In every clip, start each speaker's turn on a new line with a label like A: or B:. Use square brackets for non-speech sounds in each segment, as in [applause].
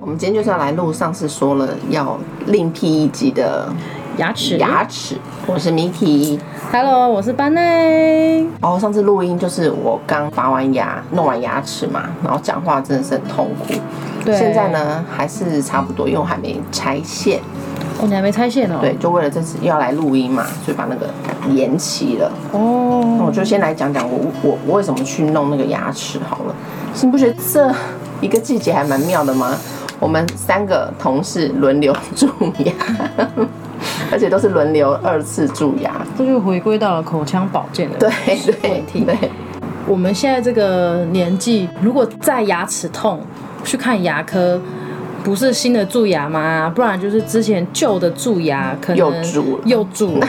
A: 我们今天就是要来录，上次说了要另辟一集的
B: 牙齿。
A: 牙齿，我是米奇。
B: Hello，我是班内。
A: 然后上次录音就是我刚拔完牙、弄完牙齿嘛，然后讲话真的是很痛苦。
B: 对
A: 现在呢还是差不多，因为我还没拆线。
B: 哦，你还没拆线哦？
A: 对，，就为了这次要来录音嘛，所以把那个延期了。那
B: 哦，
A: 我就先来讲讲我我我为什么去弄那个牙齿好了。你不觉得这一个季节还蛮妙的吗？我们三个同事轮流 [laughs] 蛀牙，而且都是轮流二次蛀牙。
B: 这就回归到了口腔保健的。 [laughs]
A: 对，对对，
B: 我们现在这个年纪，如果再牙齿痛去看牙科，不是新的蛀牙吗？不然就是之前旧的蛀牙可能
A: 又蛀了
B: 又蛀
A: [laughs]
B: 了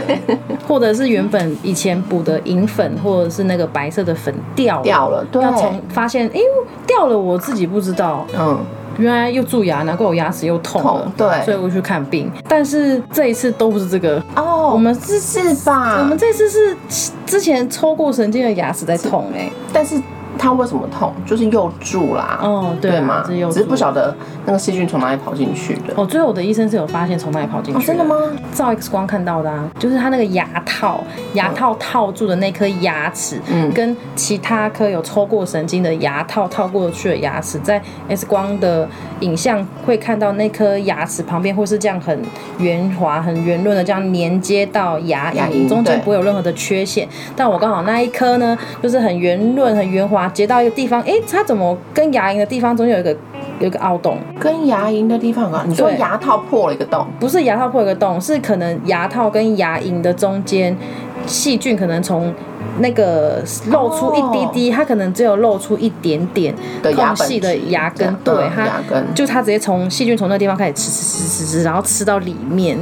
B: 或者是原本以前补的银粉或者是那个白色的粉掉了
A: 掉了对
B: 要从发现哎、掉了，我自己不知道，
A: 嗯，
B: 原来又蛀牙，难怪我牙齿又痛了
A: 痛，对
B: 所以我去看病。但是这一次都不是这个，
A: 哦，
B: 我们是
A: 是吧？
B: 我们这次是之前抽过神经的牙齿在痛哎、
A: 但是它为什么痛？就是又蛀啦。
B: 哦对啊
A: 嘛，
B: 是又蛀
A: 只是不晓得那个细菌从哪里跑进去的。
B: 哦，最后我的医生是有发现从哪里跑进去、
A: 哦，真的？吗？
B: 照 X 光看到的啊，就是他那个牙套，牙套套住的那颗牙齿，
A: 嗯
B: 跟其他颗有抽过神经的牙套套过去的牙齿，在 X 光的影像会看到那颗牙齿旁边会是这样很圆滑、很圆润的这样连接到牙
A: 牙
B: 龈，
A: 龈
B: 中间
A: 对
B: 不会有任何的缺陷。但我刚好那一颗呢，就是很圆润、很圆滑，接到一个地方，诶，它怎么跟牙龈的地方中间有一个有一个凹洞？
A: 跟牙龈的地方有关，你说
B: 对
A: 牙套破了一个洞，
B: 不是牙套破一个洞，是可能牙套跟牙龈的中间细菌可能从那个露出一滴滴，它可能只有露出一点点
A: 哦的牙
B: 空
A: 本
B: 隙的
A: 质
B: 牙根
A: 嗯，
B: 对
A: 牙
B: 它。
A: 根
B: 就它直接从细菌从那个地方开始吃吃吃吃吃，然后吃到里面。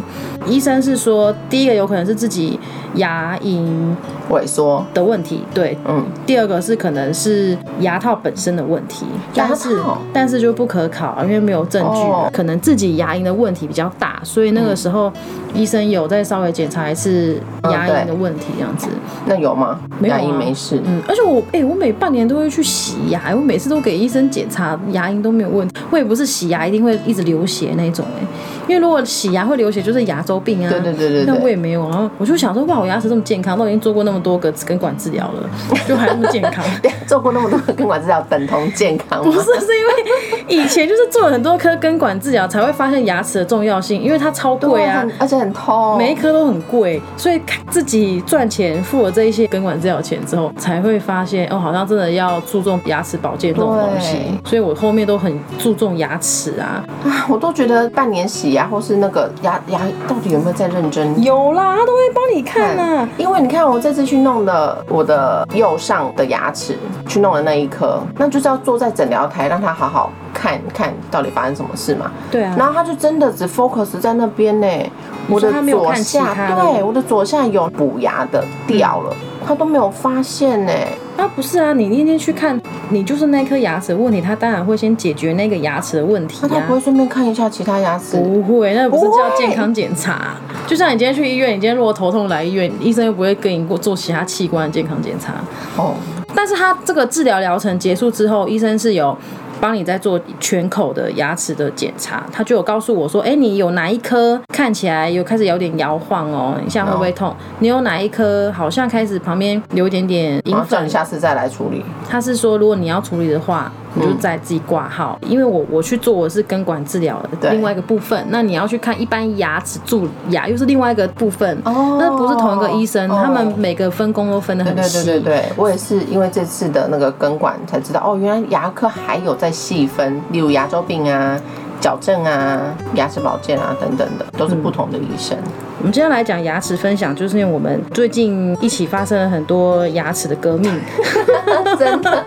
B: 医生是说，第一个有可能是自己牙龈
A: 萎缩，
B: 的问题，对，
A: 嗯，
B: 第二个是可能是牙套本身的问题，
A: 牙套
B: 但是但是就不可考，因为没有证据，
A: 哦
B: 可能自己牙龈的问题比较大，所以那个时候医生有再稍微检查一次牙龈的问题，这样子。
A: 那有吗？
B: 没有
A: 牙
B: 啊
A: 龈没事， [laughs]
B: 嗯，而且我哎、我每半年都会去洗牙，哎我每次都给医生检查牙龈都没有问题，我也不是洗牙一定会一直流血那种哎、因为如果洗牙会流血就是牙周病啊。
A: 对对对对
B: 但我
A: 对，
B: 也没有，然后我就想说，哇，我牙齿这么健康，都已经做过那么多个根管治疗了，就还那么健康。
A: 做过那么多个根管治疗，等同健康吗？
B: 不是，是因为以前就是做了很多颗根管治疗，才会发现牙齿的重要性，因为它超
A: 对
B: 贵啊
A: 很，而且很痛，
B: 每一颗都很贵，所以自己赚钱付了这一些根管治疗钱之后，才会发现哦，好像真的要注重牙齿保健这种东西
A: 对。
B: 所以我后面都很注重牙齿啊，
A: 啊，我都觉得半年洗牙或是那个牙牙到底有没有在认真
B: 有啦，他都会帮你看啊。
A: 因为你看，我这次去弄的我的右上的牙齿，去弄的那一颗，那就是要坐在诊疗台，让他好好看看到底发生什么事嘛。
B: 对啊，
A: 然后他就真的只 focus 在那边呢，
B: 你
A: 我
B: 说
A: 的
B: 他没有
A: 左
B: 看其
A: 下
B: 他，的嗯
A: 对，我的左下有补牙的掉了，他都没有发现呢。
B: 啊，不是啊，你那天去看，你就是那颗牙齿的问题，他当然会先解决那个牙齿的问题
A: 那他
B: 啊
A: 不。会顺便看一下其他牙齿？
B: 不会，那不是
A: 不会
B: 叫健康检查。就像你今天去医院，你今天如果头痛来医院，医生又不会跟你过做其他器官的健康检查。
A: 哦，
B: 但是他这个治疗疗程结束之后，医生是有帮你在做全口的牙齿的检查，他就有告诉我说，哎，你有哪一颗看起来有开始有点摇晃哦，你现在会不会痛？你有哪一颗好像开始旁边有一点点银
A: 然后叫
B: 粉
A: 你？下次再来处理。
B: 他是说，如果你要处理的话，你就再自己挂号。因为我我去做我是根管治疗的
A: 嗯对
B: 另外一个部分，那你要去看一般牙齿蛀牙又是另外一个部分，
A: 哦
B: 那不是同一个医生，
A: 哦
B: 他们每个分工都分得
A: 对
B: 很
A: 对
B: 细。
A: 对对对，我也是因为这次的那个根管才知道，哦，原来牙科还有在细分，例如牙周病啊、矫正啊、牙齿保健啊等等的，都是不同的医生。
B: 我们今天来讲牙齿分享，就是因为我们最近一起发生了很多牙齿的
A: [laughs]
B: 革命。嗯 [laughs]
A: 真的，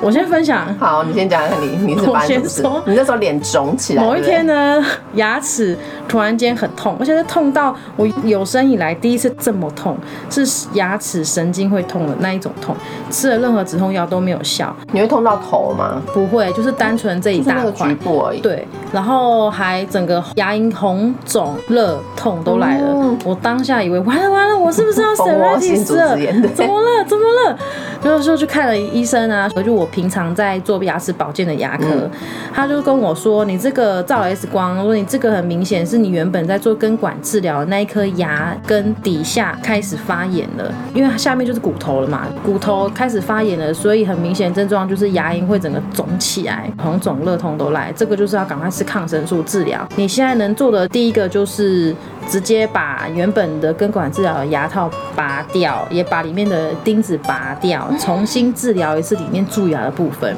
B: 我先分享，
A: [laughs] 好，你先讲讲你你是
B: 我
A: 发生什
B: 先
A: 么事
B: 说？
A: 你那时候脸肿起来，
B: 某一
A: 对不对
B: 天呢，牙齿突然间很痛，而且是痛到我有生以来第一次这么痛，是牙齿神经会痛的那一种痛。吃了任何止痛药都没有效，
A: 你会痛到头吗？
B: 不会，就是单纯这一
A: 就是那
B: 大
A: 个
B: 块
A: 局。部而已。
B: 对，然后还整个牙龈红肿、热痛都都来了，
A: 嗯
B: 我当下以为完了完了，我是不是
A: [laughs]
B: 要
A: 蜂窝性
B: seritis
A: 组
B: 了
A: 织炎对？
B: [laughs] 怎么了？怎么了？然后就去看了医生啊，就我平常在做牙齿保健的牙科，他就跟我说，你这个照了 X 光，说你这个很明显是你原本在做根管治疗的那一颗牙根底下开始发炎了，因为它下面就是骨头了嘛，骨头开始发炎了，所以很明显症状就是牙龈会整个肿起来，红肿、热痛都来，这个就是要赶快吃抗生素治疗。你现在能做的第一个就是直接把原本的根管治疗的牙套拔掉，也把里面的钉子拔掉，重新治疗一次里面蛀牙的部分。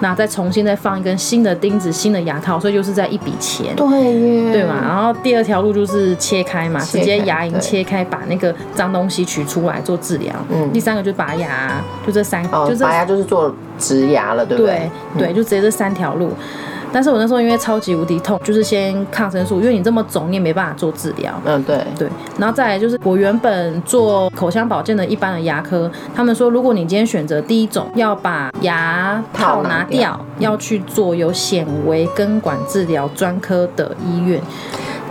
B: 那再重新再放一根新的钉子、新的牙套，所以就是在一笔钱，
A: 对耶，
B: 对嘛？？然后第二条路就是切开嘛，
A: 切
B: 直
A: 开
B: 接牙龈
A: 对
B: 切开，把那个脏东西取出来做治疗。
A: 嗯
B: 第三个就是拔牙，就这三，
A: 哦
B: 就，这
A: 拔牙就是做植牙了，对不
B: 对
A: 对？
B: 对，就直接这三条路。但是我那时候因为超级无敌痛，就是先抗生素，因为你这么肿，你也没办法做治疗。
A: 嗯，对，
B: 对，然后再来就是我原本做口腔保健的一般的牙科，他们说如果你今天选择第一种，要把牙
A: 套
B: 套拿
A: 拿掉
B: 掉，要去做有显微根管治疗专科的医院。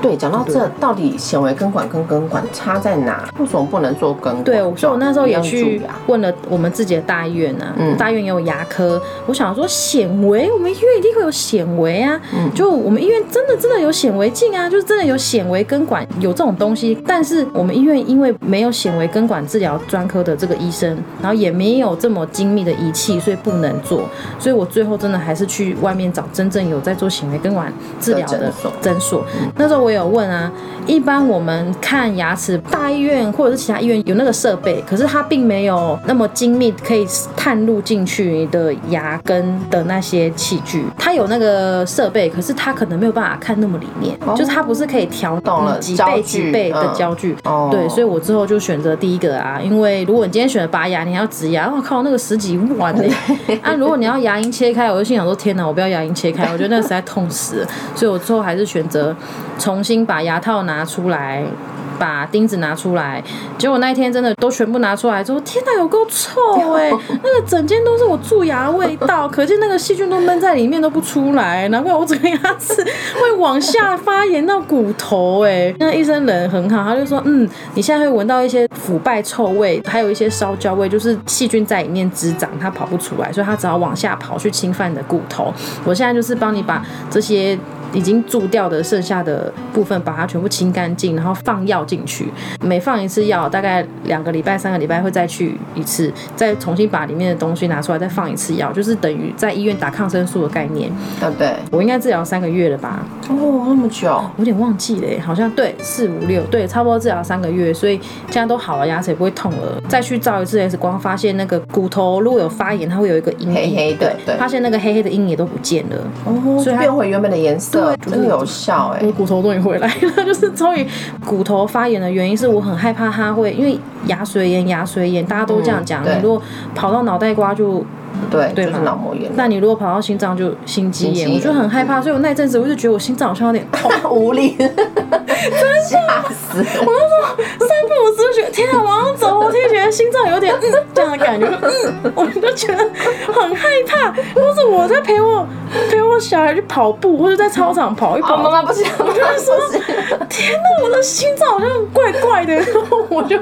A: 对，讲到这，到底显微根管跟根管差在哪？为什么不能做根管？
B: 对，所以我那时候也
A: 一
B: 去
A: 样蛀牙啊
B: 问了我们自己的大医院啊，
A: 嗯
B: 大医院也有牙科，我想说显微，我们医院一定会有显微啊，
A: 嗯
B: 就我们医院真的真的有显微镜啊，就是真的有显微根管有这种东西，但是我们医院因为没有显微根管治疗专科的这个医生，然后也没有这么精密的仪器，所以不能做，所以我最后真的还是去外面找真正有在做显微根管治疗
A: 的
B: 的
A: 诊所
B: 诊所。那时候我有问啊，一般我们看牙齿，大医院或者是其他医院有那个设备，可是它并没有那么精密，可以探入进去你的牙根的那些器具。它有那个设备，可是它可能没有办法看那么里面，就是它不是可以调
A: 懂了
B: 几
A: 焦
B: 倍
A: 距
B: 几倍的
A: 嗯
B: 焦距。
A: 哦，
B: 对，所以我之后就选择第一个啊，因为如果你今天选了拔牙，你还要植牙，我靠，那个十几万呢、啊，如果你要牙龈切开，我就心想说，天哪，我不要牙龈切开， [laughs] 我觉得那个实在痛死了。所以我最后还是选择重新把牙套拿出来。把钉子拿出来，结果那一天真的都全部拿出来之后，天哪，有够臭哎、那个整间都是我蛀牙的味道，可见那个细菌都闷在里面都不出来，难怪我整个牙齿 [laughs] 会往下发炎到骨头哎、那医生人很好，他就说，嗯，你现在会闻到一些腐败臭味，还有一些烧焦味，就是细菌在里面滋长，它跑不出来，所以它只好往下跑去侵犯你的骨头。我现在就是帮你把这些已经蛀掉的剩下的部分，把它全部清干净，然后放药进去。每放一次药，大概两个礼拜、三个礼拜会再去一次，再重新把里面的东西拿出来，再放一次药，就是等于在医院打抗生素的概念。
A: 对不对？
B: 我应该治疗三个月了吧？
A: 哦，那么久，
B: 我有点忘记了耶，好像对四五六对，差不多治疗三个月，所以现在都好了，牙齿也不会痛了。再去照一次 X 光，发现那个骨头如果有发炎，它会有一个阴影，
A: 黑黑的对
B: 发现那个黑黑的阴影也都不见了。
A: 哦，
B: 所以它
A: 变回原本的颜色，真的有效哎
B: 我。的骨头终于回来了，就是终于骨头发炎的原因是我很害怕它会，因为牙髓炎、牙髓炎大家都这样讲，
A: 嗯对
B: 你如果跑到脑袋瓜就
A: 对，
B: 对
A: 就
B: 嘛
A: 是脑膜炎。
B: 那你如果跑到心脏就心肌
A: 心
B: 炎，
A: 肌
B: 我就
A: 炎
B: 很害怕，所以我那一阵子我就觉得我心脏好像有点痛，
A: [laughs] 无
B: [laughs]
A: 力，吓死！
B: 三不五时就觉得天啊，往上走，我就觉得心脏有点嗯这样的感觉，嗯，我就觉得很害怕。要是我在陪我陪我小孩去跑步，或者在操场跑一
A: 哦，
B: 跑，
A: 妈妈不行，我
B: 我就会说天哪，我的心脏好像怪怪的， [laughs] 然后我就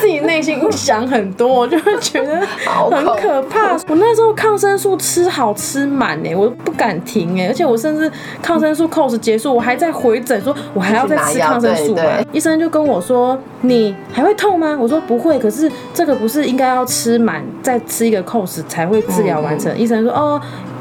B: 自己内心想很多，我就会觉得
A: 好恐
B: 很
A: 怖
B: 可怕。我那时候抗生素吃好吃满欸呢，我不敢停哎，而且我甚至抗生素 cos 结束，我还在回诊说，我还要再吃抗生素
A: 去拿
B: 嘛
A: 药对对。
B: 医生就跟我说，你还会痛吗？我说不会，可是这个不是应该要吃满再吃一个 cos 才会治疗完
A: 嗯
B: 成？医生说哦。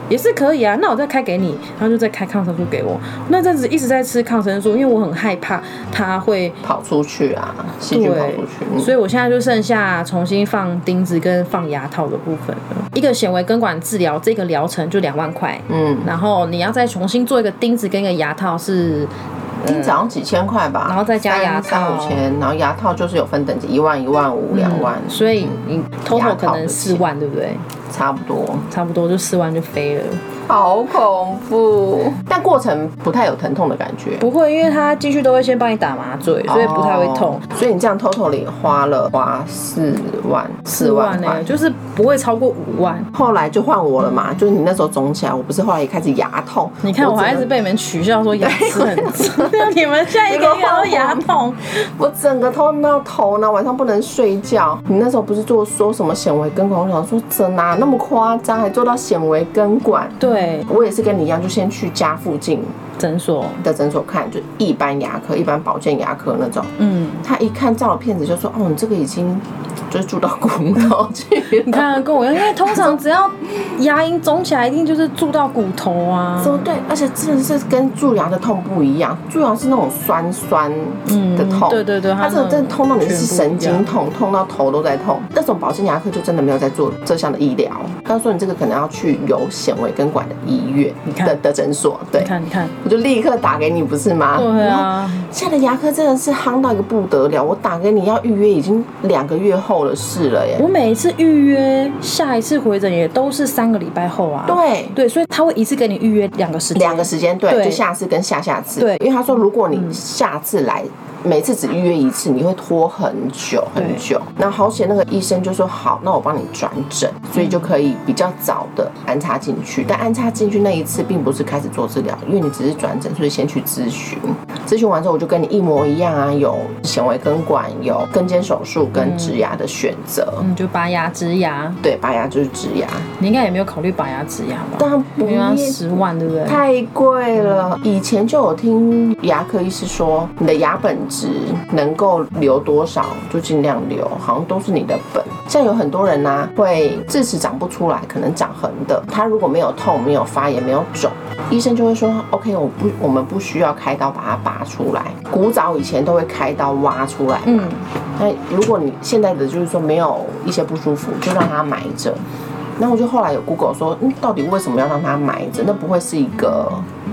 B: 也是可以啊，那我再开给你，然后就再开抗生素给我。那阵子一直在吃抗生素，因为我很害怕它会
A: 跑出去啊，细菌跑出去，嗯
B: 对，所以我现在就剩下重新放钉子跟放牙套的部分了。一个显微根管治疗这个疗程就两万块，
A: 嗯，
B: 然后你要再重新做一个钉子跟一个牙套是
A: 听早上几千块吧，
B: 然后再加牙
A: 三三
B: 套
A: 五千，然后牙
B: 嗯
A: 套就是有分等级，一万、一万五、两万，
B: 所以你 total 可能四万，对不对？
A: 差不多。
B: 差不多就撕完就飞了。
A: 好恐怖，但过程不太有疼痛的感觉，
B: 不会，因为他进去都会先帮你打麻醉，所以不太会痛
A: 哦。。所以你这样 total 里花了花四万四万
B: 呢、
A: 块。
B: 欸就是不会超过五万。
A: 后来就换我了嘛，就是你那时候肿起来，我不是后来也开始牙痛。
B: 你看，我
A: 只能
B: 还一直被你们取笑说牙齿很重，你们现在一个一个都牙
A: [laughs]
B: 痛。
A: 我整个痛到头呢，晚上不能睡觉。你那时候不是做说什么显微根管？我想说怎哪那么夸张，还做到显微根管？
B: 对，
A: 我也是跟你一样，就先去家附近
B: 诊所，
A: 的诊所看，就一般牙科、一般保健牙科那种。
B: 嗯，
A: 他一看照了片子就说：“哦，你这个已经就是蛀到骨头去
B: [laughs]
A: 了。
B: 你看跟我一样，因为通常只要牙龈肿起来，一定就是蛀到骨头”啊。
A: 说对，而且真的是跟蛀牙的痛不一样，蛀牙是那种酸酸的痛，
B: 嗯对对对，
A: 它这
B: 那
A: 个真的痛到你是神
B: 全部
A: 经
B: 一样。
A: 痛，痛到头都在痛。那种保健牙科就真的没有在做这项的医疗，他说你这个可能要去有显微根管的医院
B: 你看
A: 的的诊所。对
B: 你，看，你看，
A: 我就立刻打给你，不是吗？
B: 对
A: 然后
B: 啊，
A: 现在的牙科真的是夯到一个不得了，我打给你要预约已经两个月后的事了耶。
B: 我每一次预约下一次回诊也都是三个礼拜后啊。
A: 对。
B: 对，所以他会一次给你预约两个时间。
A: 两个时间对，
B: 对
A: 就下次跟下下次。
B: 对嗯
A: 因为他说如果你下次来，每次只预约一次，你会拖很久很久。那好险，那个医生就说好，那我帮你转诊，
B: 嗯
A: 所以就可以比较早的安插进去。但安插进去那一次，并不是开始做治疗，因为你只是转诊，所以先去咨询。咨询完之后，我就跟你一模一样啊，有显微根管，有根尖手术跟植牙的选择。
B: 嗯，就拔牙、植牙，
A: 对，拔牙就是植牙，
B: 你应该也没有考虑拔牙、植牙吧？
A: 但不
B: 因为要十万，对不对？
A: 太贵了。以前就有听牙科医师说，你的牙本值能够留多少就尽量留，好像都是你的本。像有很多人呐、会智齿长不出来，可能长横的，他如果没有痛、没有发炎、没有肿，医生就会说 OK，我不，我们不需要开刀把它拔出来。古早以前都会开刀挖出来，
B: 嗯，
A: 那如果你现在的就是说没有一些不舒服，就让它埋着。那我就后来有 Google 说，嗯，到底为什么要让它埋着？那不会是一个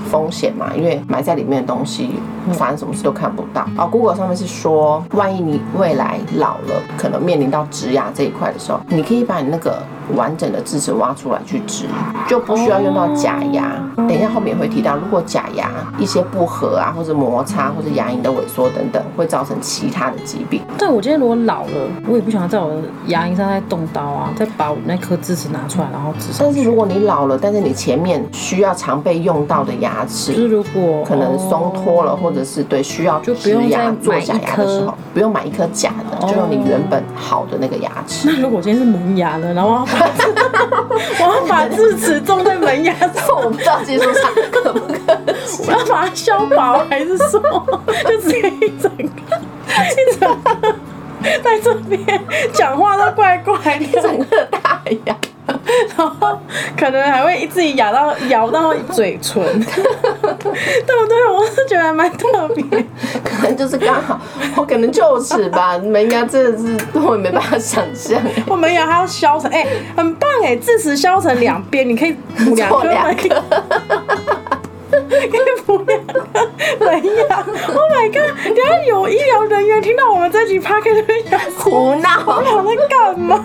A: 风险嘛？因为埋在里面的东西，反正什么事都看不到。啊，Google 上面是说，万一你未来老了，可能面临到植牙这一块的时候，你可以把你那个完整的智齿挖出来去植，就不需要用到假牙。等一下后面也会提到，如果假牙一些不合啊，或者摩擦，或者牙龈的萎缩等等，会造成其他的疾病。
B: 但我今天如果老了，我也不想要在我的牙龈上再动刀啊，再把我那颗智齿拿出来，然后植上
A: 但是如果你老了，但是你前面需要常被用到的牙
B: 就是
A: 齿，
B: 如果
A: 可能松脱了，
B: 哦
A: 或者是对需要
B: 就不
A: 植
B: 用
A: 牙
B: 再
A: 做
B: 买
A: 假
B: 一
A: 牙的时
B: 颗
A: 候，不用买一颗假的，
B: 哦
A: 就用你原本好的那个牙齿。 [laughs]
B: 那如果今天是门牙呢？然后我要把 [laughs] 我要把智齿种在门牙上，
A: 我不知道技术上可不可
B: 我要把它削薄还是什么？就直接一整个一整个在这边讲话都怪怪的，
A: 整个大牙。
B: 然后可能还会自己咬到咬到嘴
A: [laughs]
B: 唇，对不对？我是觉得还蛮特别。
A: 可能就是刚好，我可能就是吧，门牙真的是我也没办法想象，
B: 我们牙还要削成，哎、很棒哎、智齿削成两边，你可以补两
A: 做
B: 颗
A: 两
B: 门牙，
A: 个，
B: 可以 [laughs] 补两颗门牙。Oh my god！等一下有医疗人员听到我们这集 p o d c a s 想说
A: 胡闹。
B: 我们在干嘛？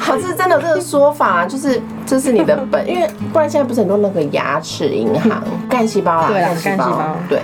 A: 可是真的有这个说法、就是这是你的本，因为不然现在不是很多那个牙齿银行干细胞啦，
B: 对啦啊干细胞
A: 对。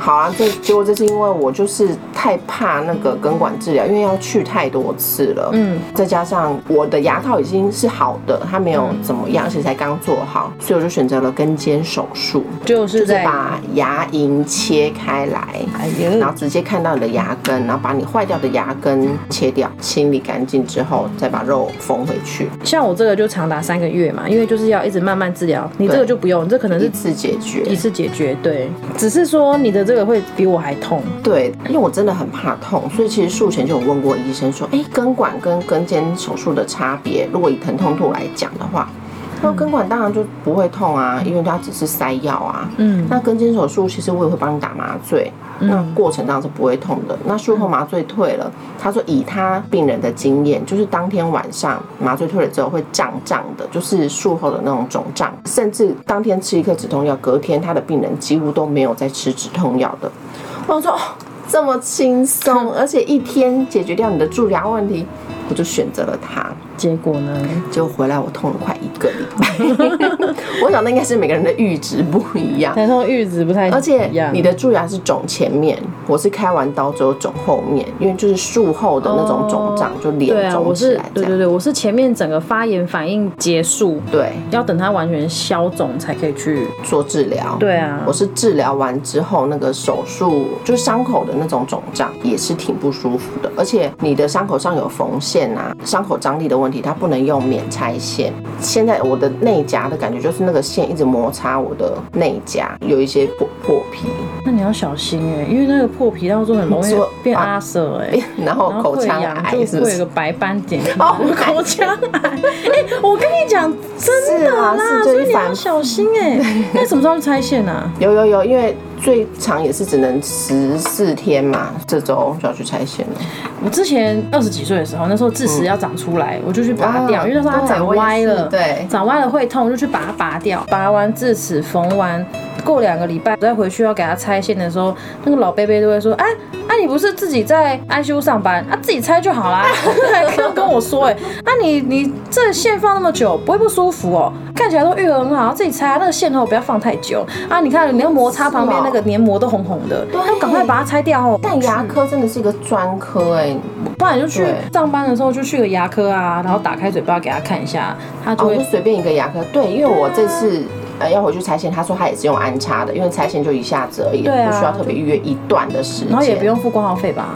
A: 好啊，这结果这是因为我就是太怕那个根管治疗，因为要去太多次了，
B: 嗯，
A: 再加上我的牙套已经是好的，它没有怎么样，而且才刚做好，所以我就选择了根尖手术，
B: 就
A: 就
B: 是
A: 是
B: 在，
A: 把牙龈切开来，
B: 哎
A: 然
B: 呀
A: 后，直接看到你的牙根，然后把你坏掉的牙根切掉，清理干净之后，再把肉缝回去，
B: 像我这个就长达三个月嘛，因为就是要一直慢慢治疗。你这个
A: 对
B: 就不用，你这可能
A: 一
B: 是
A: 次解
B: 一
A: 决。
B: 次解决，对。只是说你的这个会比我还痛，
A: 对，因为我真的很怕痛，所以其实术前就有问过医生说，哎，根管跟根尖手术的差别，如果以疼痛度来讲的话，那根管当然就不会痛啊，因为它只是塞药啊。
B: 嗯，
A: 那根尖手术其实我也会帮你打麻醉，那过程当然是不会痛的。那术后麻醉退了，他说以他病人的经验，就是当天晚上麻醉退了之后会胀胀的，就是术后的那种肿胀，甚至当天吃一颗止痛药，隔天他的病人几乎都没有再吃止痛药的。
B: [laughs]
A: 我想说哦，这么轻松，而且一天解决掉你的蛀牙问题，我就选择了它。
B: 结果呢？
A: 结果回来我痛了快一个礼拜。
B: [laughs]
A: 我想那应该是每个人的阈值不一样，
B: 男生的阈值不太
A: 而且
B: 一样，
A: 你的蛀牙是肿前面，我是开完刀之后肿后面，因为就是术后的那种肿胀就
B: 对
A: 脸
B: 啊，
A: 肿
B: 我
A: 起
B: 是
A: 来这
B: 对
A: 样。
B: 对对，我是前面整个发炎反应结束，
A: 对，
B: 要等它完全消肿才可以去。
A: 做治疗。
B: 对啊
A: 我，是治疗完之后，那个手术就是伤口的那种肿胀，也是挺不舒服的。而且你的伤口上有缝线啊，伤口张力的问题，它不能用免拆线。现在我的内夹的感觉就是那个线一直摩擦我的内夹，有一些破破皮，
B: 那你要小心哎、因为那个破皮到时候很容易
A: 说
B: 变
A: 啊
B: 阿瑟哎、
A: 然后
B: 然后
A: 口
B: 溃
A: 腔
B: 疡
A: 癌是
B: 就
A: 不
B: 会有
A: 是
B: 个？白斑点，
A: 哦白
B: 口腔癌。哎，我跟你讲，真的啦，
A: 是啊是就
B: 所
A: 是
B: 以你
A: 反
B: 要小心哎、
A: [laughs]
B: 那什么时候去拆线啊？
A: 有有有，因为最长也是只能十四天嘛，这周就要去拆线了。
B: 我之前二十几岁的时候，那时候智齿要长出来，我就去拔掉，
A: 啊
B: 因为那时候它
A: 对
B: 长
A: 我也
B: 歪
A: 是
B: 了，
A: 对
B: 长歪了会痛，我就去把它拔掉。拔完智齿，缝完，过两个礼拜再回去要给它拆线的时候，那个老贝贝都会说：“啊啊，你不是自己在 ICU 上班啊，自己拆就好啦。” [laughs] 还跟跟我说、欸：“哎，啊你你这线放那么久，不会不舒服哦？看起来都愈合很好，自己拆啊、那个线头不要放太久啊！你看你要摩擦旁边
A: 是哦
B: 那个黏膜都红红的，
A: 对
B: 要赶快把它拆掉哦。”
A: 但牙科真的是一个专科哎、
B: 不然你就去
A: 对
B: 上班的时候就去个牙科啊，然后打开嘴巴给他看一下，他就
A: 哦，
B: 会
A: 就随便一个牙科。对，因为我这次呃要回去拆线，他说他也是用安插的，因为拆线就一下子而已，
B: 对啊
A: 不需要特别预约一段的时间。
B: 然后也不，用付挂号费吧？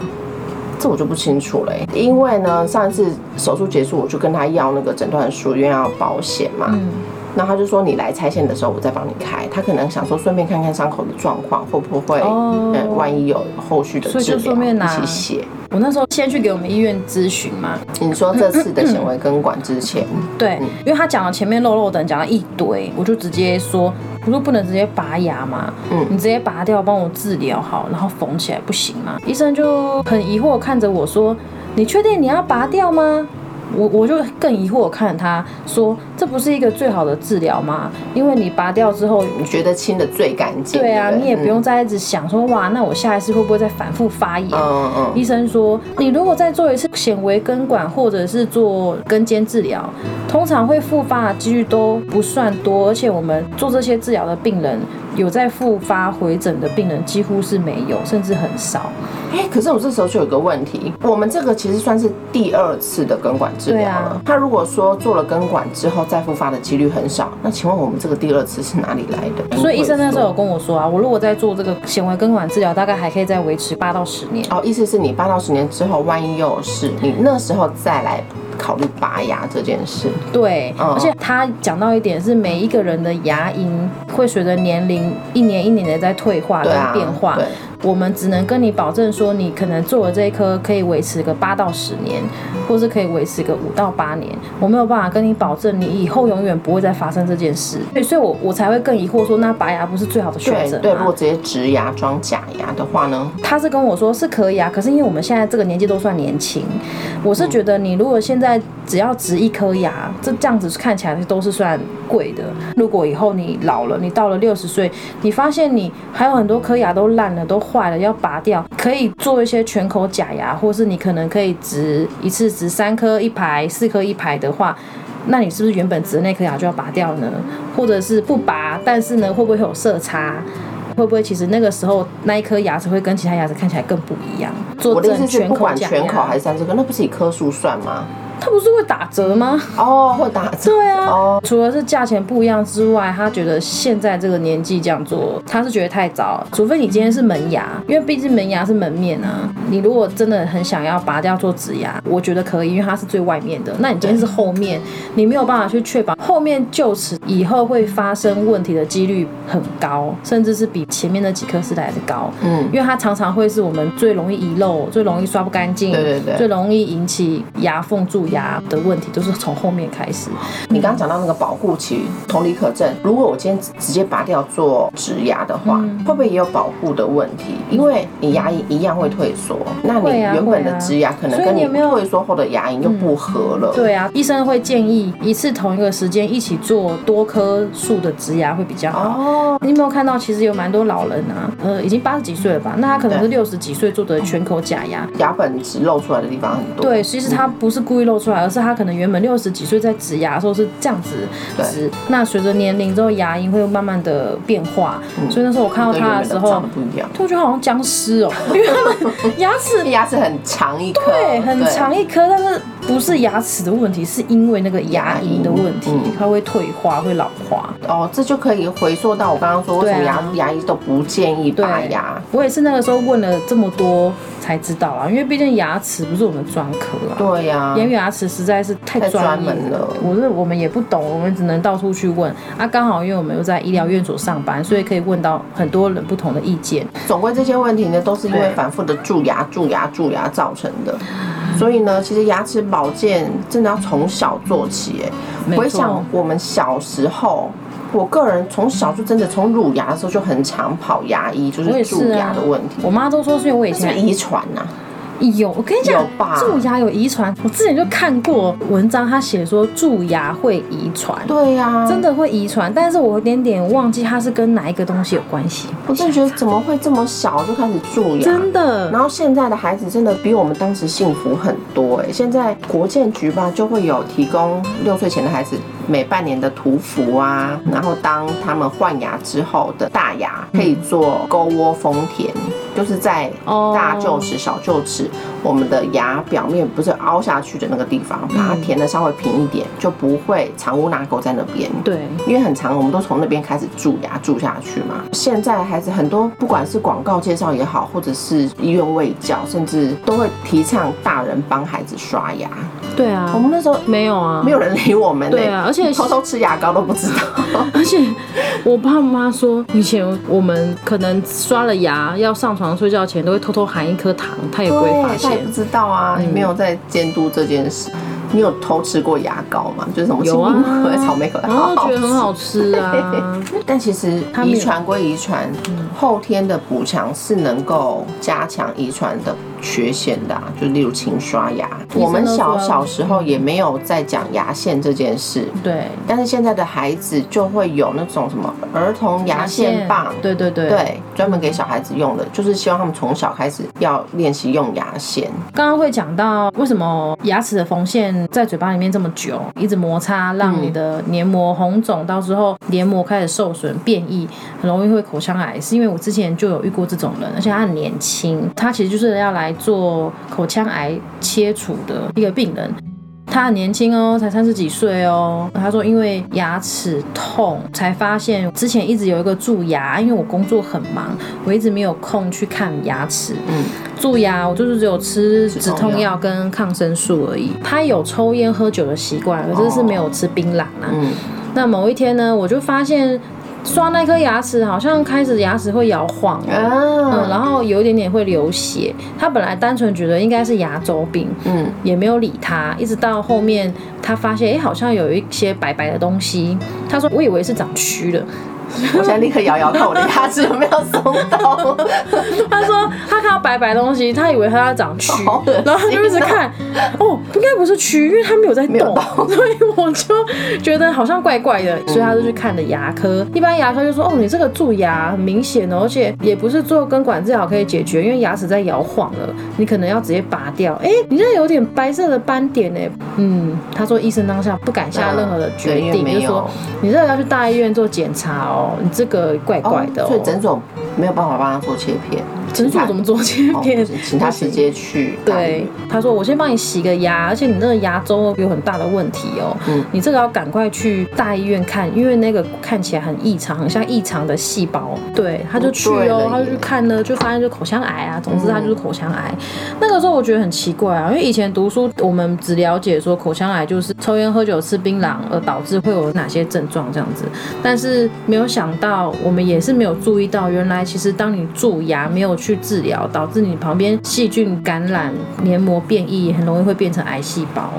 A: 这我就不清楚了、欸因为呢，上一次手术结束，我就跟他要那个诊断书，因为要保险嘛。
B: 嗯
A: 那他就说你来拆线的时候，我再帮你开。他可能想说顺便看看伤口的状况会不会，
B: 哦
A: 嗯，万一有后续的
B: 所以
A: 治
B: 就顺
A: 疗
B: 便拿
A: 一起写。
B: 我那时候先去给我们医院咨询嘛，
A: 你说这次
B: [laughs]
A: 的显微根管之前，
B: 对，
A: 嗯
B: 因为他讲了前面漏漏等讲了一堆，我就直接说，我说不能直接拔牙嘛，
A: 嗯
B: 你直接拔掉帮我治疗好，然后缝起来不行吗？医生就很疑惑看着我说，你确定你要拔掉吗？我我就更疑惑看着他说，这不是一个最好的治疗吗？因为你拔掉之后，
A: 你觉得清的最干净？
B: 对啊，
A: 对
B: 你也不
A: 对
B: 用再一直想说哇，那我下一次会不会再反复发炎？
A: 嗯嗯嗯，
B: 医生说，你如果再做一次显微根管或者是做根尖治疗，通常会复发的几率都不算多，而且我们做这些治疗的病人，有在复发回诊的病人几乎是没有，甚至很少。
A: 哎、可是我这时候就有一个问题，我们这个其实算是第二次的根管治疗
B: 对
A: 了
B: 啊。
A: 他、如果说做了根管之后再复发的几率很少，那请问我们这个第二次是哪里来的？
B: 所以医生那时候有跟我说啊，我如果再做这个显微根管治疗，大概还可以再维持八到十年。
A: 哦，意思是你八到十年之后，万一又有事，你那时候再来考虑拔牙这件事。
B: 对，
A: 嗯
B: 而且他讲到一点是，每一个人的牙龈会随着年龄一年一年的在退化跟
A: 对啊，
B: 变化。
A: 对，
B: 我们只能跟你保证说，你可能做了这一颗可以维持个八到十年，或是可以维持个五到八年。我没有办法跟你保证你以后永远不会再发生这件事。对，所以我我才会更疑惑说，那拔牙不是最好的选择
A: 对
B: 吗？
A: 对，如果直接植牙装假牙的话呢？
B: 他是跟我说是可以啊，可是因为我们现在这个年纪都算年轻，我是觉得你如果现在只要植一颗牙，这这样子看起来都是算贵的。如果以后你老了，你到了六十岁，你发现你还有很多颗牙都烂了、都坏了，要拔掉，可以做一些全口假牙，或是你可能可以植一次植三颗一排、四颗一排的话。那你是不是原本植的那颗牙就要拔掉呢？或者是不拔，但是呢，会不会有色差？会不会其实那个时候那一颗牙齿会跟其他牙齿看起来更不一样？做
A: 我的意
B: 正
A: 思是，
B: 全
A: 不
B: 口
A: 管
B: 假
A: 全口
B: 牙
A: 还，是三十颗，那不是以颗数算吗？
B: 它不是会打折吗？
A: 哦，会打折。
B: 对啊，
A: 哦
B: 除了是价钱不一样之外，他觉得现在这个年纪这样做，他是觉得太早了。除非你今天是门牙，因为毕竟门牙是门面啊。你如果真的很想要拔掉做植牙，我觉得可以，因为它是最外面的。那你今天是后面，你没有办法去确保后面臼齿以后会发生问题的几率很高，甚至是比前面那几颗是来的高。
A: 嗯，
B: 因为它常常会是我们最容易遗漏、最容易刷不干净、
A: 对对对
B: 最容易引起牙缝蛀牙的问题，都是从后面开始。
A: 你刚刚讲到那个保护期，同理可证。如果我今天直接拔掉做植牙的话，
B: 嗯
A: 会不会也有保护的问题？因为你牙龈一样会退缩，那你
B: 会啊
A: 原本的
B: 会啊
A: 植牙可能
B: 所以
A: 跟
B: 你
A: 你
B: 有没有
A: 退缩后的牙龈就不合了。
B: 对啊，医生会建议一次同一个时间一起做多颗数的植牙会比较好。
A: 哦，
B: 你有没有看到，其实有蛮多老人啊，呃，已经八十几岁了吧？那他可能是六十几岁做的全口假牙。
A: 牙本质露出来的地方很多。
B: 对，其实他不是故意露出来，而是他可能原本六十几岁在植牙的时候是这样子
A: 对
B: 植，那随着年龄之后牙龈会慢慢的变化，
A: 嗯
B: 所以那时候我看到
A: 跟原
B: 他
A: 本
B: 的时
A: 的
B: 候
A: 长得，不一样，
B: 就觉得好像僵尸哦，因为他们牙齿
A: 牙齿很长一颗，
B: 对，很长一颗，但是不是牙齿的问题，是因为那个牙龈的问题，
A: 嗯
B: 它会退化，会老化。
A: 哦，这就可以回溯到我刚刚说，为什么
B: 对
A: 牙、
B: 啊
A: 牙医都不建议
B: 对
A: 拔牙？
B: 哎我也是那个时候问了这么多才知道啊，因为毕竟牙齿不是我们专科啊。
A: 对呀、
B: 言语牙齿实在是太
A: 太
B: 专
A: 专
B: 业
A: 门了
B: 我是我们也不懂，我们只能到处去问啊。刚好因为我们又在医疗院所上班，所以可以问到很多人不同的意见。
A: 总归这些问题呢，都是因为
B: 对
A: 反复的蛀牙、蛀牙、蛀牙造成的。所以呢，其实牙齿保健真的要从小做起。哎，
B: 没错
A: 回想我们小时候，我个人从小就真的从乳牙的时候就很常跑牙医，就
B: 我也
A: 是
B: 是
A: 蛀
B: 啊
A: 牙的问题。
B: 我妈都说是因为我以
A: 这是不
B: 前
A: 是遗传啊呐，
B: 有，我跟你讲
A: 有吧，
B: 蛀牙有遗传。我之前就看过文章，他写说蛀牙会遗传，
A: 对啊呀、
B: 真的会遗传，但是我有点点忘记它是跟哪一个东西有关系。
A: 我真的觉得怎么会这么小就开始蛀牙？
B: 真的，
A: 然后现在的孩子真的比我们当时幸福很多哎、现在国建局吧就会有提供六岁前的孩子每半年的涂氟啊，然后当他们换牙之后的大牙可以做沟窝封填，就是在
B: 哦
A: 大臼齿、小臼齿我们的牙表面不是凹下去的那个地方，把它填的稍微平一点，就不会藏污纳垢在那边。
B: 对，
A: 因为很长，我们都从那边开始蛀牙蛀下去嘛。现在的孩子很多，不管是广告介绍也好，或者是医院卫教，甚至都会提倡大人帮孩子刷牙。
B: 对
A: 我
B: 啊，
A: 们那时候
B: 没有啊，
A: 没有人理我们呢、
B: 对啊而且
A: 偷偷吃牙膏都不知 [laughs] 道。
B: 而且我爸妈说，以前我们可能刷了牙要上床睡觉前，都会偷偷含一颗糖，他也不会发
A: 他也
B: 现
A: 不。知道啊，你没有在监督这件事。你有偷吃过牙膏吗？就是什么青
B: 有啊
A: 苹果、草莓口，
B: 然后哦觉得很
A: 吃
B: 好吃啊，
A: 嗯但其实
B: 他没有
A: 遗传归遗传，后天的补强是能够加强遗传的缺陷的、啊，就例如勤刷牙。
B: 医生都说
A: 我们小小时候也没有在讲牙线这件事，
B: 对，
A: 但是现在的孩子就会有那种什么儿童牙线棒。
B: 对对对。
A: 对，专门给小孩子用的，就是希望他们从小开始要练习用牙线。
B: 刚刚会讲到为什么牙齿的缝线在嘴巴里面这么久，一直摩擦，让你的黏膜红肿，到时候黏膜开始受损变异，很容易会口腔癌。是因为我之前就有遇过这种人，而且他很年轻，他其实就是要来做口腔癌切除的一个病人。他很年轻哦，才三十几岁哦。他说因为牙齿痛，才发现之前一直有一个蛀牙，因为我工作很忙，我一直没有空去看牙齿。
A: 嗯，
B: 蛀牙，啊我就是只有吃止
A: 止痛
B: 痛
A: 药
B: 药跟抗生素而已。他有抽烟喝酒的习惯，可是是没有吃槟榔啊。
A: 嗯，
B: 那某一天呢，我就发现刷那颗牙齿好像开始牙齿会摇晃了。嗯，
A: 啊，
B: 然后有一点点会流血。他本来单纯觉得应该是牙周病，
A: 嗯，
B: 也没有理他，一直到后面他发现，哎、好像有一些白白的东西。他说，我以为是长蛆了，
A: 我现在立刻摇摇看我的牙齿有没有松动。
B: 他说他看到白白的东西，他以为它要长蛆
A: 好恶心哦，
B: 然后他就一直看，哦，应该不是蛆，因为他没有在
A: 没有
B: 动， [laughs] 所以我就觉得好像怪怪的，所以他就去看了牙科。一般牙科就说，哦，你这个蛀牙很明显哦，而且也不是做根管治疗可以解决，因为牙齿在摇晃了，你可能要直接拔掉。哎，你这有点白色的斑点哎，嗯，他说医生当下不敢下任何的决
A: 对因为
B: 定，
A: 没
B: 就
A: 有
B: 嗯说你这个要去大医院做检查哦，你这个怪怪的、哦。
A: 所以诊所没有办法帮他做切片，
B: 诊所怎么做切
A: 哦
B: 片？
A: 请他直接去大医
B: 对
A: 院。，
B: 他说我先帮你洗个牙，而且你那个牙周有很大的问题哦、
A: 嗯
B: 你这个要赶快去大医院看，因为那个看起来很异常，很像异常的细胞。对，他就去
A: 不对了嗯
B: 哦、
A: 耶
B: 他就去看呢，就发现就口腔癌啊，总之他就是口腔癌。那个时候我觉得很奇怪啊，因为以前读书我们只了解说口腔癌就是抽烟、喝酒、吃槟榔而导致会有哪些症状这样子，但是没有想到我们也是没有注意到，原来其实当你蛀牙没有去治疗，导致你旁边细菌感染、黏膜变异，很容易会变成癌细胞。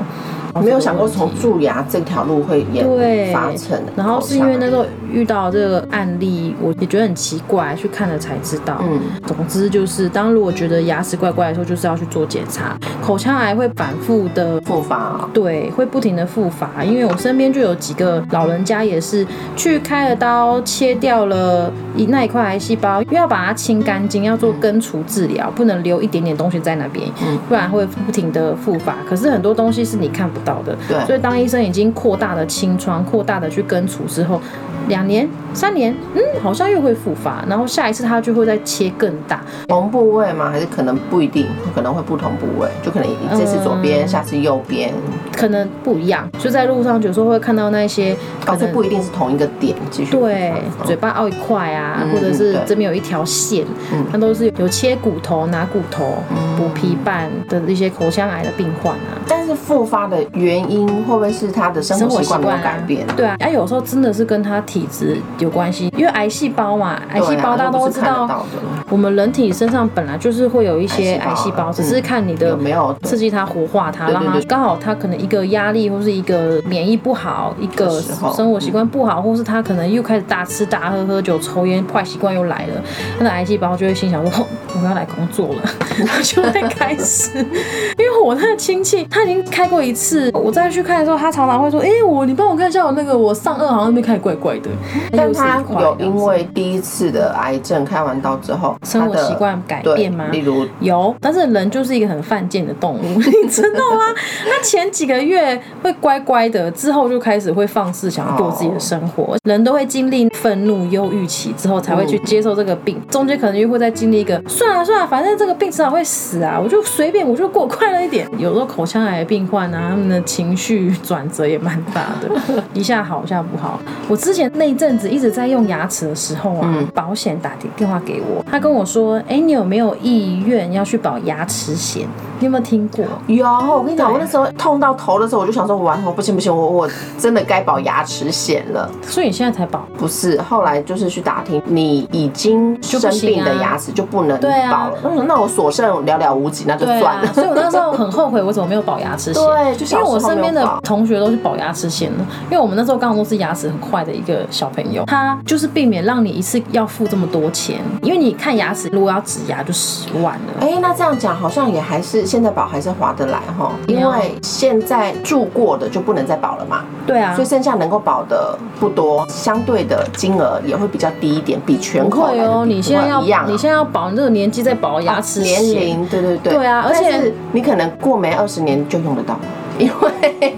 A: 没有想过从蛀牙这条路会演
B: 对
A: 发成。
B: 然后是因为那时候遇到这个案例，我也觉得很奇怪，去看了才知道。
A: 嗯，
B: 总之就是，当如果觉得牙齿怪怪的时候，就是要去做检查。口腔癌会反复的
A: 复发啊，
B: 对，会不停的复发，因为我身边就有几个老人家也是去开了刀，切掉了一那一块癌细胞，因为要把它清干净，要做根除治疗，不能留一点点东西在那边，
A: 嗯
B: 不然会不停的复发。可是很多东西是你看不到的，
A: 对
B: 所以当医生已经扩大的清创、扩大的去根除之后，两年、三年，嗯，好像又会复发，然后下一次他就会再切更大，
A: 同部位吗？还是可能不一定，可能会不同部位，就可能你这次左边，
B: 嗯
A: 下次右边，
B: 可能不一样。就在路上有时候会看到那些可
A: 哦，
B: 能
A: 这不一定是同一个点继续复发。
B: 对，
A: 嗯
B: 嘴巴凹一块啊，
A: 嗯
B: 或者是
A: 对
B: 这边有一条线，
A: 嗯
B: 它都是有切骨头、拿骨头、补皮瓣的一些口腔癌的病患啊。
A: 但是复发的原因会不会是他的生活习惯没有改变？
B: 对啊，哎、有时候真的是跟他体质有关系，因为癌细胞嘛，癌细胞大家都
A: 对啊那不是
B: 知
A: 看得
B: 道，
A: 到的，
B: 我们人体身上本来就是会有一些
A: 癌
B: 癌
A: 细
B: 细
A: 胞嗯
B: 胞，只是看你的
A: 有没有
B: 刺激它、活化它，
A: 对对
B: 让它
A: 对
B: 刚好它可能一个压力，或是一个免疫不好，一
A: 的
B: 个
A: 时候
B: 生活习惯不好，或是它可能又开始大吃大喝、喝酒、抽烟，坏习惯又来了，它的癌细胞就会心想说：“我要来工作了。” [laughs] 我就会开始，因为我那个亲戚他已经开过一次，我再去看的时候，他常常会说：“哎、我你帮我看一下我那个我上颚好像那边开始怪怪的。”
A: 但
B: 就是一
A: 他
B: 块
A: 有
B: 这样
A: 因
B: 子
A: 为第一次的癌症开完刀之后，
B: 生活
A: 他的
B: 习惯改
A: 对
B: 变吗？
A: 例如
B: 有，但是人就是一个很犯贱的动物，你知道吗？他前几个月会乖乖的，之后就开始会放肆，想要过自己的生活。人都会经历愤怒、忧郁期之后，才会去接受这个病，中间可能又会再经历一个算了算了，反正这个病迟早会死啊，我就随便，我就过快乐一点。有时候口腔癌的病患啊，他们的情绪转折也蛮大 [laughs] 的，一下好一下不好。我之前那一阵子一直在用牙齿的时候啊，
A: 嗯
B: 保险打电话给我，他跟我说：“哎、你有没有意愿要去保牙齿险？你有没有听过？”
A: 有，我跟你讲，
B: 对
A: 我那时候痛到头的时候，我就想说，完，我不行不行，我我真的该保牙齿险了。
B: 所以你现在才保。
A: 不是，后来就是去打听，你已经生病的牙齿就不能
B: 对啊
A: 保了。那、那我所剩寥寥无几，那就
B: 对
A: 算
B: 啊
A: 了。，
B: 所以我那时候很后悔，我怎么没有保牙齿险？
A: 对 [laughs] 就小
B: 因为
A: 时候
B: 我身边
A: 没有保
B: 的同学都是保牙齿险的，因为我们那时候刚好都是牙齿很坏的一个小朋友，他就是避免让你一次要付这么多钱，因为你看牙齿如果要植牙就十万了。
A: 哎、那这样讲好像也还是现在保还是划得来哈，因为现在住过的就不能再保了嘛，
B: 对啊
A: 所以，剩下能够保的不多，相对的金额也会比较低一点，比全
B: 不
A: 口
B: 会
A: 来的
B: 哦，
A: 比
B: 你现在要
A: 一样啊、
B: 你现在要保，你这个年纪再保牙齿
A: 年
B: 险，
A: 龄，对对对，
B: 对啊而且
A: 但是你可能过没二十年就用得到，因为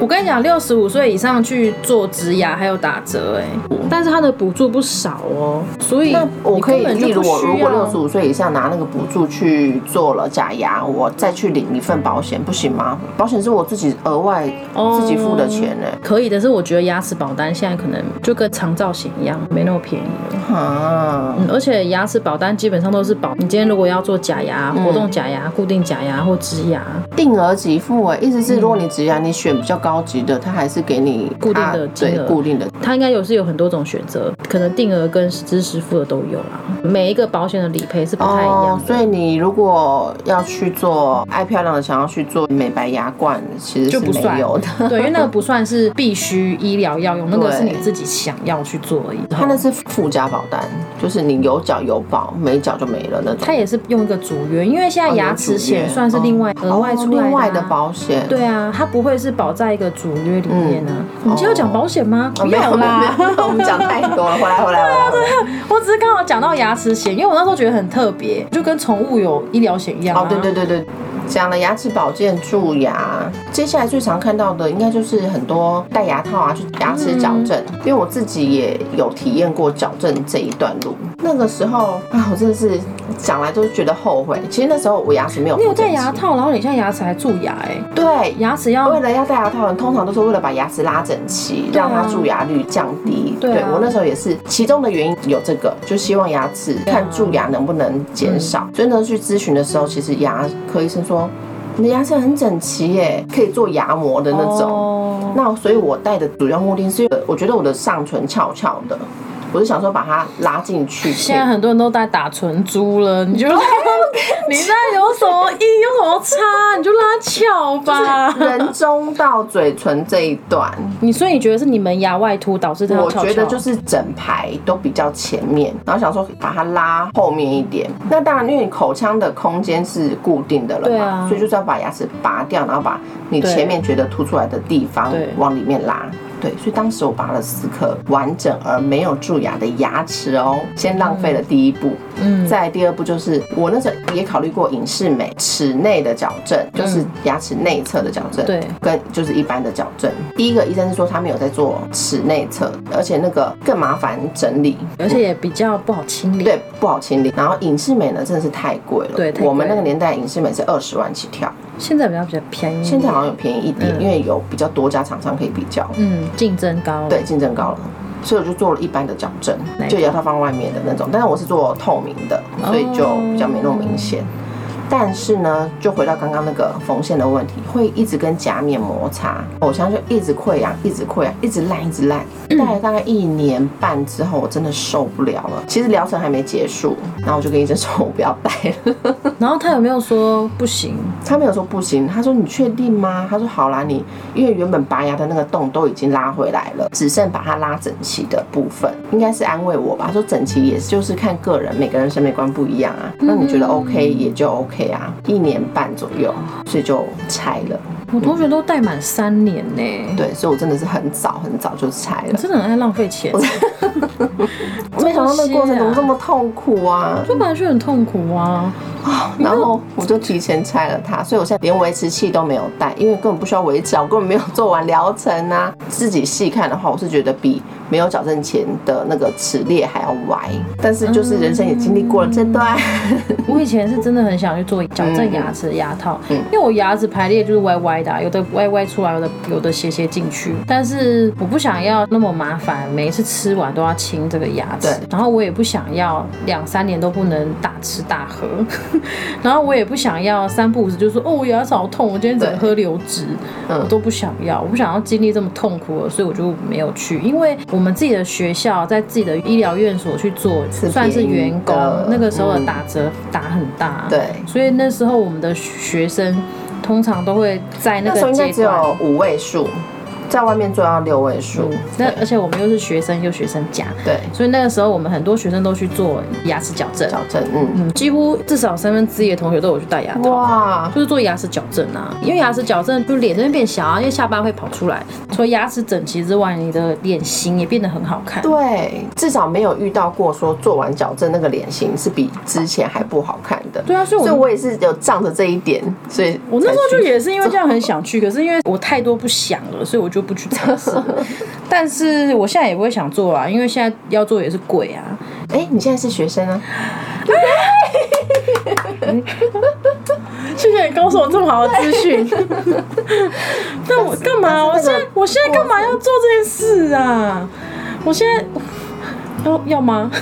B: 我跟你讲，六十五岁以上去做植牙还有打折哎、但是它的补助不少哦，所以
A: 那我
B: [laughs] 你
A: 可以，
B: 根本
A: 例
B: 就
A: 如
B: 不
A: 我如
B: 需
A: 果六十
B: 要。
A: 五岁以下拿那个补助去做了假牙，我再去领一份保险，不行吗？保险是我自己额外
B: 哦
A: 自己付的钱呢、
B: 可以，但是我觉得牙齿保单现在可能就跟长照险一样，没那么便宜了。
A: 啊，
B: 嗯，而且牙齿保单基本上都是保你今天如果要做假牙、
A: 嗯
B: 活动假牙、固定假牙或植牙，
A: 定额给付哎、意思是如果你植牙，你选比较高级的，它还是给你
B: 固定
A: 它
B: 的金
A: 对
B: 额
A: 固定的。
B: 它应该有是有很多种选择，可能定额跟实支实付的都有啦。每一个保险的理赔是不太一样
A: 哦，
B: 的，
A: 所以你如果要去做爱漂亮的，想要去做美白牙冠，其实
B: 就是不算
A: 没有的。
B: [laughs] [laughs] 对，因为那个不算是必须医疗要用，那个是你自己想要去做而已。
A: 它那是附加保单，就是你有缴有保，没缴就没了那种。
B: 它也是用一个主约，因为现在牙齿险算是另外额外出来
A: 哦
B: 啊
A: 另外的。保险。
B: 对啊，它不会是保在一个主约里面啊。我们今天要讲保险吗？
A: 嗯哦，
B: 不
A: 没有
B: 要啦，
A: 没有没有我们讲太多了，回来回来回来回来。
B: 我只是刚好讲到牙齿险，因为我那时候觉得很特别，就跟宠物有医疗险一样啊。
A: 哦，对对对对，讲了牙齿保健、蛀牙，接下来最常看到的应该就是很多戴牙套啊，去牙齿矫
B: 嗯
A: 正。因为我自己也有体验过矫正这一段路，那个时候啊，我真的是讲来都觉得后悔。其实那时候我牙齿没有，
B: 你有戴牙？套，然后你现在牙齿还蛀牙、欸，
A: 对，
B: 牙齿要
A: 为了要戴牙套，人通常都是为了把牙齿拉整齐，
B: 对啊
A: 让它蛀牙率降低。
B: 对啊
A: 我那时候也是，其中的原因有这个，就希望牙齿
B: 啊嗯
A: 看蛀牙能不能减少。所以呢，去咨询的时候，其实牙科医生说，你的牙齿很整齐耶，可以做牙模的那种。
B: 哦
A: 那所以，我戴的主要目的是，我觉得我的上唇翘翘的，我就想说把它拉进去，可以
B: 现在很多人都在打唇珠了，你就
A: 哦
B: [laughs] 你那有什么音有什么差，你就拉翘吧。
A: 人中到嘴唇这一段，
B: 你所以你觉得是你们牙外凸导致它翘
A: 我
B: 翘？
A: 觉得就是整排都比较前面，然后想说把它拉后面一点。那当然，因为你口腔的空间是固定的了
B: 对
A: 嘛，
B: 啊
A: 所以就是要把牙齿拔掉，然后把你
B: 对
A: 前面觉得凸出来的地方
B: 对
A: 往里面拉。对，所以当时我拔了四颗完整而没有蛀牙的牙齿哦，先浪费了第一步。
B: 嗯
A: 再来第二步就是我那时候也考虑过隐适美齿内的矫正，就是牙齿内侧的矫正。
B: 嗯对
A: 跟就是一般的矫正。第一个医生是说他没有在做齿内侧，而且那个更麻烦整理，
B: 而且也比较不好清理。
A: 对，不好清理。然后隐适美呢，真的是太贵了。
B: 对太贵
A: 我们那个年代隐适美是二十万起跳，
B: 现在比较比较便宜，
A: 现在好像有便宜一点，因为有比较多家厂商可以比较，
B: 嗯竞争高。
A: 对，竞争高了。所以我就做了一般的矫正
B: 哪一，
A: 就
B: 种哦
A: 牙套放外面的那种，但是我是做透明的，所以就比较没那么明显。但是呢，就回到刚刚那个缝线的问题，会一直跟夹面摩擦，口腔就一直溃疡，一直溃疡，一直烂，一直烂。
B: 嗯
A: 戴了大概一年半之后，我真的受不了了。其实疗程还没结束，然后我就跟医生说我不要戴了。
B: 然后他有没有说不行？
A: 他没有说不行，他说你确定吗？他说好啦，你因为原本拔牙的那个洞都已经拉回来了，只剩把它拉整齐的部分，应该是安慰我吧。他说整齐也就是看个人，每个人审美观不一样啊。那你觉得 OK 也就 OK 啊，一年半左右，所以就拆了。
B: 我同学都戴满三年呢、
A: 对，所以我真的是很早很早就拆
B: 我
A: 了，
B: 真的很爱浪费钱，
A: 没想到那个过程怎么啊这么痛苦啊！
B: 这本来就很痛苦啊。
A: 然后我就提前拆了它，所以我现在连维持器都没有带，因为根本不需要维持啊，我根本没有做完疗程啊。 [laughs] 自己细看的话，我是觉得比没有矫正前的那个齿列还要歪，但是就是人生也经历过了这段， [laughs]
B: 我以前是真的很想去做矫
A: 嗯
B: 正牙齿的牙套，因为我牙齿排列就是歪歪的啊、有的歪歪出来，有的有的斜斜进去。但是我不想要那么麻烦，每一次吃完都要清这个牙齿
A: 对，
B: 然后我也不想要两三年都不能大吃大喝， [laughs] 然后我也不想要三不五时就说哦我牙齿好痛，我今天只能
A: 对
B: 喝流质，
A: 嗯
B: 我都不想要，我不想要经历这么痛苦了，所以我就没有去。因为我们自己的学校在自己的医疗院所去做，
A: 是
B: 算是
A: 便宜
B: 员工
A: 的，
B: 那个时候的
A: 嗯
B: 打折打很大，
A: 对
B: 所以那时候我们的学生通常都会在那
A: 那时候
B: 个
A: 应该
B: 阶
A: 只
B: 段
A: 有。五位数，在外面做要六位数，
B: 那而且我们又是学生，又学生家，
A: 对，
B: 所以那个时候我们很多学生都去做牙齿矫正，
A: 矫正，嗯，
B: 嗯，几乎至少三分之一的同学都有去戴牙套。
A: 哇，
B: 就是做牙齿矫正啊，因为牙齿矫正就脸这边变小啊，因为下巴会跑出来。除了牙齿整齐之外，你的脸型也变得很好看。
A: 对，至少没有遇到过说做完矫正那个脸型是比之前还不好看的。
B: 对啊，所以
A: 所以
B: 我
A: 我也是有仗着这一点，所以
B: 我那时候
A: 才
B: 就
A: 去
B: 也是因为这样很想去，可是因为我太多不想了，所以我就不去尝
A: [laughs]
B: 试了。但是我现在也不会想做啊，因为现在要做也是贵啊。
A: 哎、你现在是学生啊？
B: 谢谢你告诉我这么好的资讯， [laughs] 但我干嘛？我
A: 但是那个
B: 现在我现在干嘛要做这件事啊？我现在要要吗？ [laughs]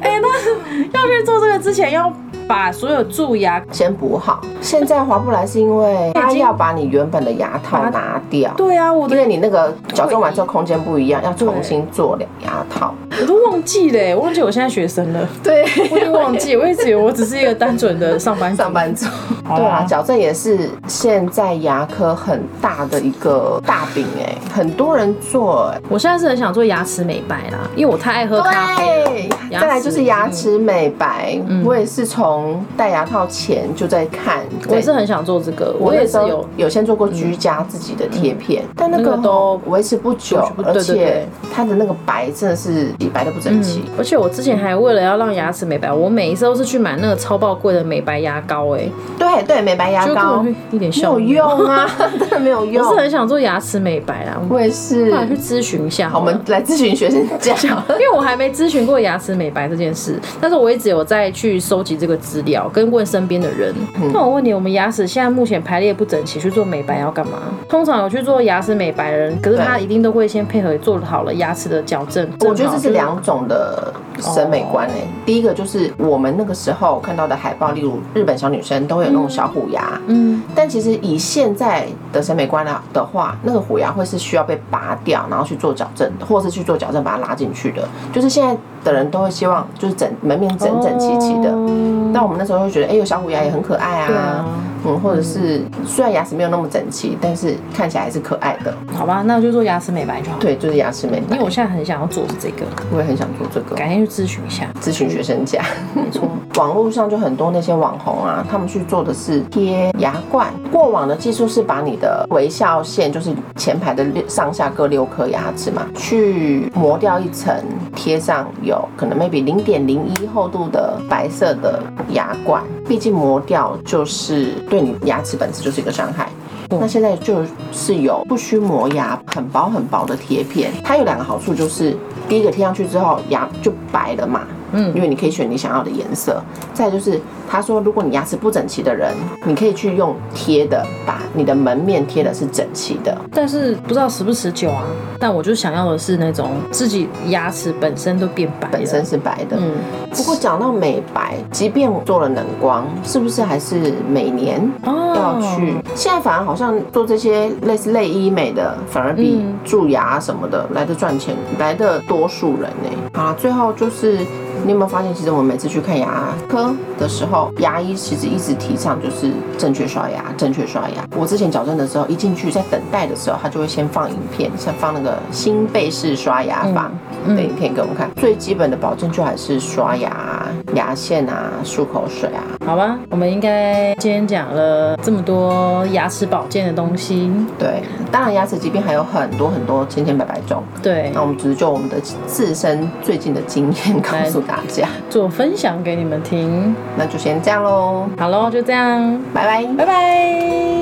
B: 哎、那要去做这个之前，要把所有蛀牙，
A: 先补好。现在划不来是因为他要把你原本的牙套拿掉，
B: 对啊，我
A: 因
B: 的
A: 为你那个矫正完之后空间不一样，要重新做两牙套。
B: 我都忘记了、欸我忘记我现在学生了，
A: 对，
B: 我已经忘记，我一直以为我只是一个单纯的上班族
A: [laughs] 上班族。
B: 好
A: 对啊，矫正也是现在牙科很大的一个大饼哎、很多人做哎、
B: 我现在是很想做牙齿美白啦，因为我太爱喝咖啡。啊
A: 对，
B: 牙齿嗯
A: 再来就是牙齿美白，我也是从戴牙套前就在看，
B: 我也是很想做这个，我也
A: 那
B: 是
A: 时候
B: 有
A: 有先做过居家自己的贴片，但那
B: 嗯那
A: 个
B: 个都
A: 维持不久
B: 维持，不
A: 而
B: 对对
A: 且
B: 对嗯
A: 它的那个白真的是底白的不整齐。
B: 而且我之前还为了要让牙齿美白，我每一次都是去买那个超爆贵的美白牙膏、欸，
A: 对对，美白牙
B: 哎，就根
A: 膏
B: 本
A: 没
B: 就一点效
A: 有
B: 果没有。
A: 用啊， [laughs] 真的没有
B: 我是
A: 用。
B: 很想做牙齿美白啦，我们
A: 我也是
B: 后，来去咨询一下
A: 好，
B: 好
A: 我
B: 了
A: 们来咨询
B: [laughs]
A: 学生家长。
B: 因为我还没咨询过牙齿美白这件事，但是我一直有在去收集这个资料，跟问身边的人。
A: 嗯
B: 那我问你，我们牙齿现在目前排列不整齐，去做美白要干嘛？通常有去做牙齿美白的人，可是他
A: 对
B: 一定都会先配合做好了牙齿的矫正。
A: 我觉得
B: 正好
A: 这是
B: 就哦
A: 两种的审美观诶、第一个就是我们那个时候看到的海报，例如日本小女生都会有那种小虎牙，
B: 嗯，
A: 但其实以现在的审美观啊的话，那个虎牙会是需要被拔掉，然后去做矫正，或是去做矫正把它拉进去的。就是现在的人都会希望就是整门面整整齐齐的。
B: 哦
A: 但我们那时候会觉得，哎、有小虎牙也很可爱
B: 对
A: 啊
B: 啊，
A: 嗯，或者是虽然牙齿没有那么整齐，但是看起来还是可爱的。
B: 好吧，那就做牙齿美白就好。
A: 对，就是牙齿美白
B: 因为，我现在很想要做的是这个，
A: 我也很想做这个。
B: 改天去咨询一下。
A: 咨询学生价，没错。 [laughs] 网络上就很多那些网红啊，他们去做的是贴牙冠。过往的技术是把你的微笑线，就是前排的六上下各六颗牙齿嘛，去磨掉一层，贴上有可能 maybe 零点零一厚度的白色的牙冠。毕竟磨掉就是对你牙齿本身就是一个伤害。那现在就是有不需磨牙，很薄很薄的贴片，它有两个好处，就是第一个贴上去之后牙就白了嘛，
B: 嗯
A: 因为你可以选你想要的颜色。再来就是他说，如果你牙齿不整齐的人，你可以去用贴的，把你的门面贴的是整齐的。
B: 但是不知道持不持久啊。但我就想要的是那种自己牙齿本身都变白了，
A: 本身是白的，
B: 嗯，
A: 不过讲到美白，即便我做了冷光，是不是还是每年
B: 哦
A: 要去？现在反而好像做这些类似类医美的，反而比
B: 嗯
A: 蛀牙什么的来的赚钱，来的多数人呢、好啦，最后就是。你有没有发现，其实我们每次去看牙科的时候，牙医其实一直提倡就是正确刷牙，正确刷牙。我之前矫正的时候，一进去在等待的时候，他就会先放影片，先放那个新贝氏刷牙法
B: 嗯嗯
A: 的影片给我们看。最基本的保证就还是刷牙、啊、牙线啊、漱口水啊，
B: 好吧，我们应该今天讲了这么多牙齿保健的东西，
A: 对，当然牙齿疾病还有很多很多千千百百种，
B: 对
A: 那，我们只是就我们的自身最近的经验告诉大家，
B: 做分享给你们听。
A: 那就先这样喽，
B: 好喽，就这样，
A: 拜拜。
B: 拜拜。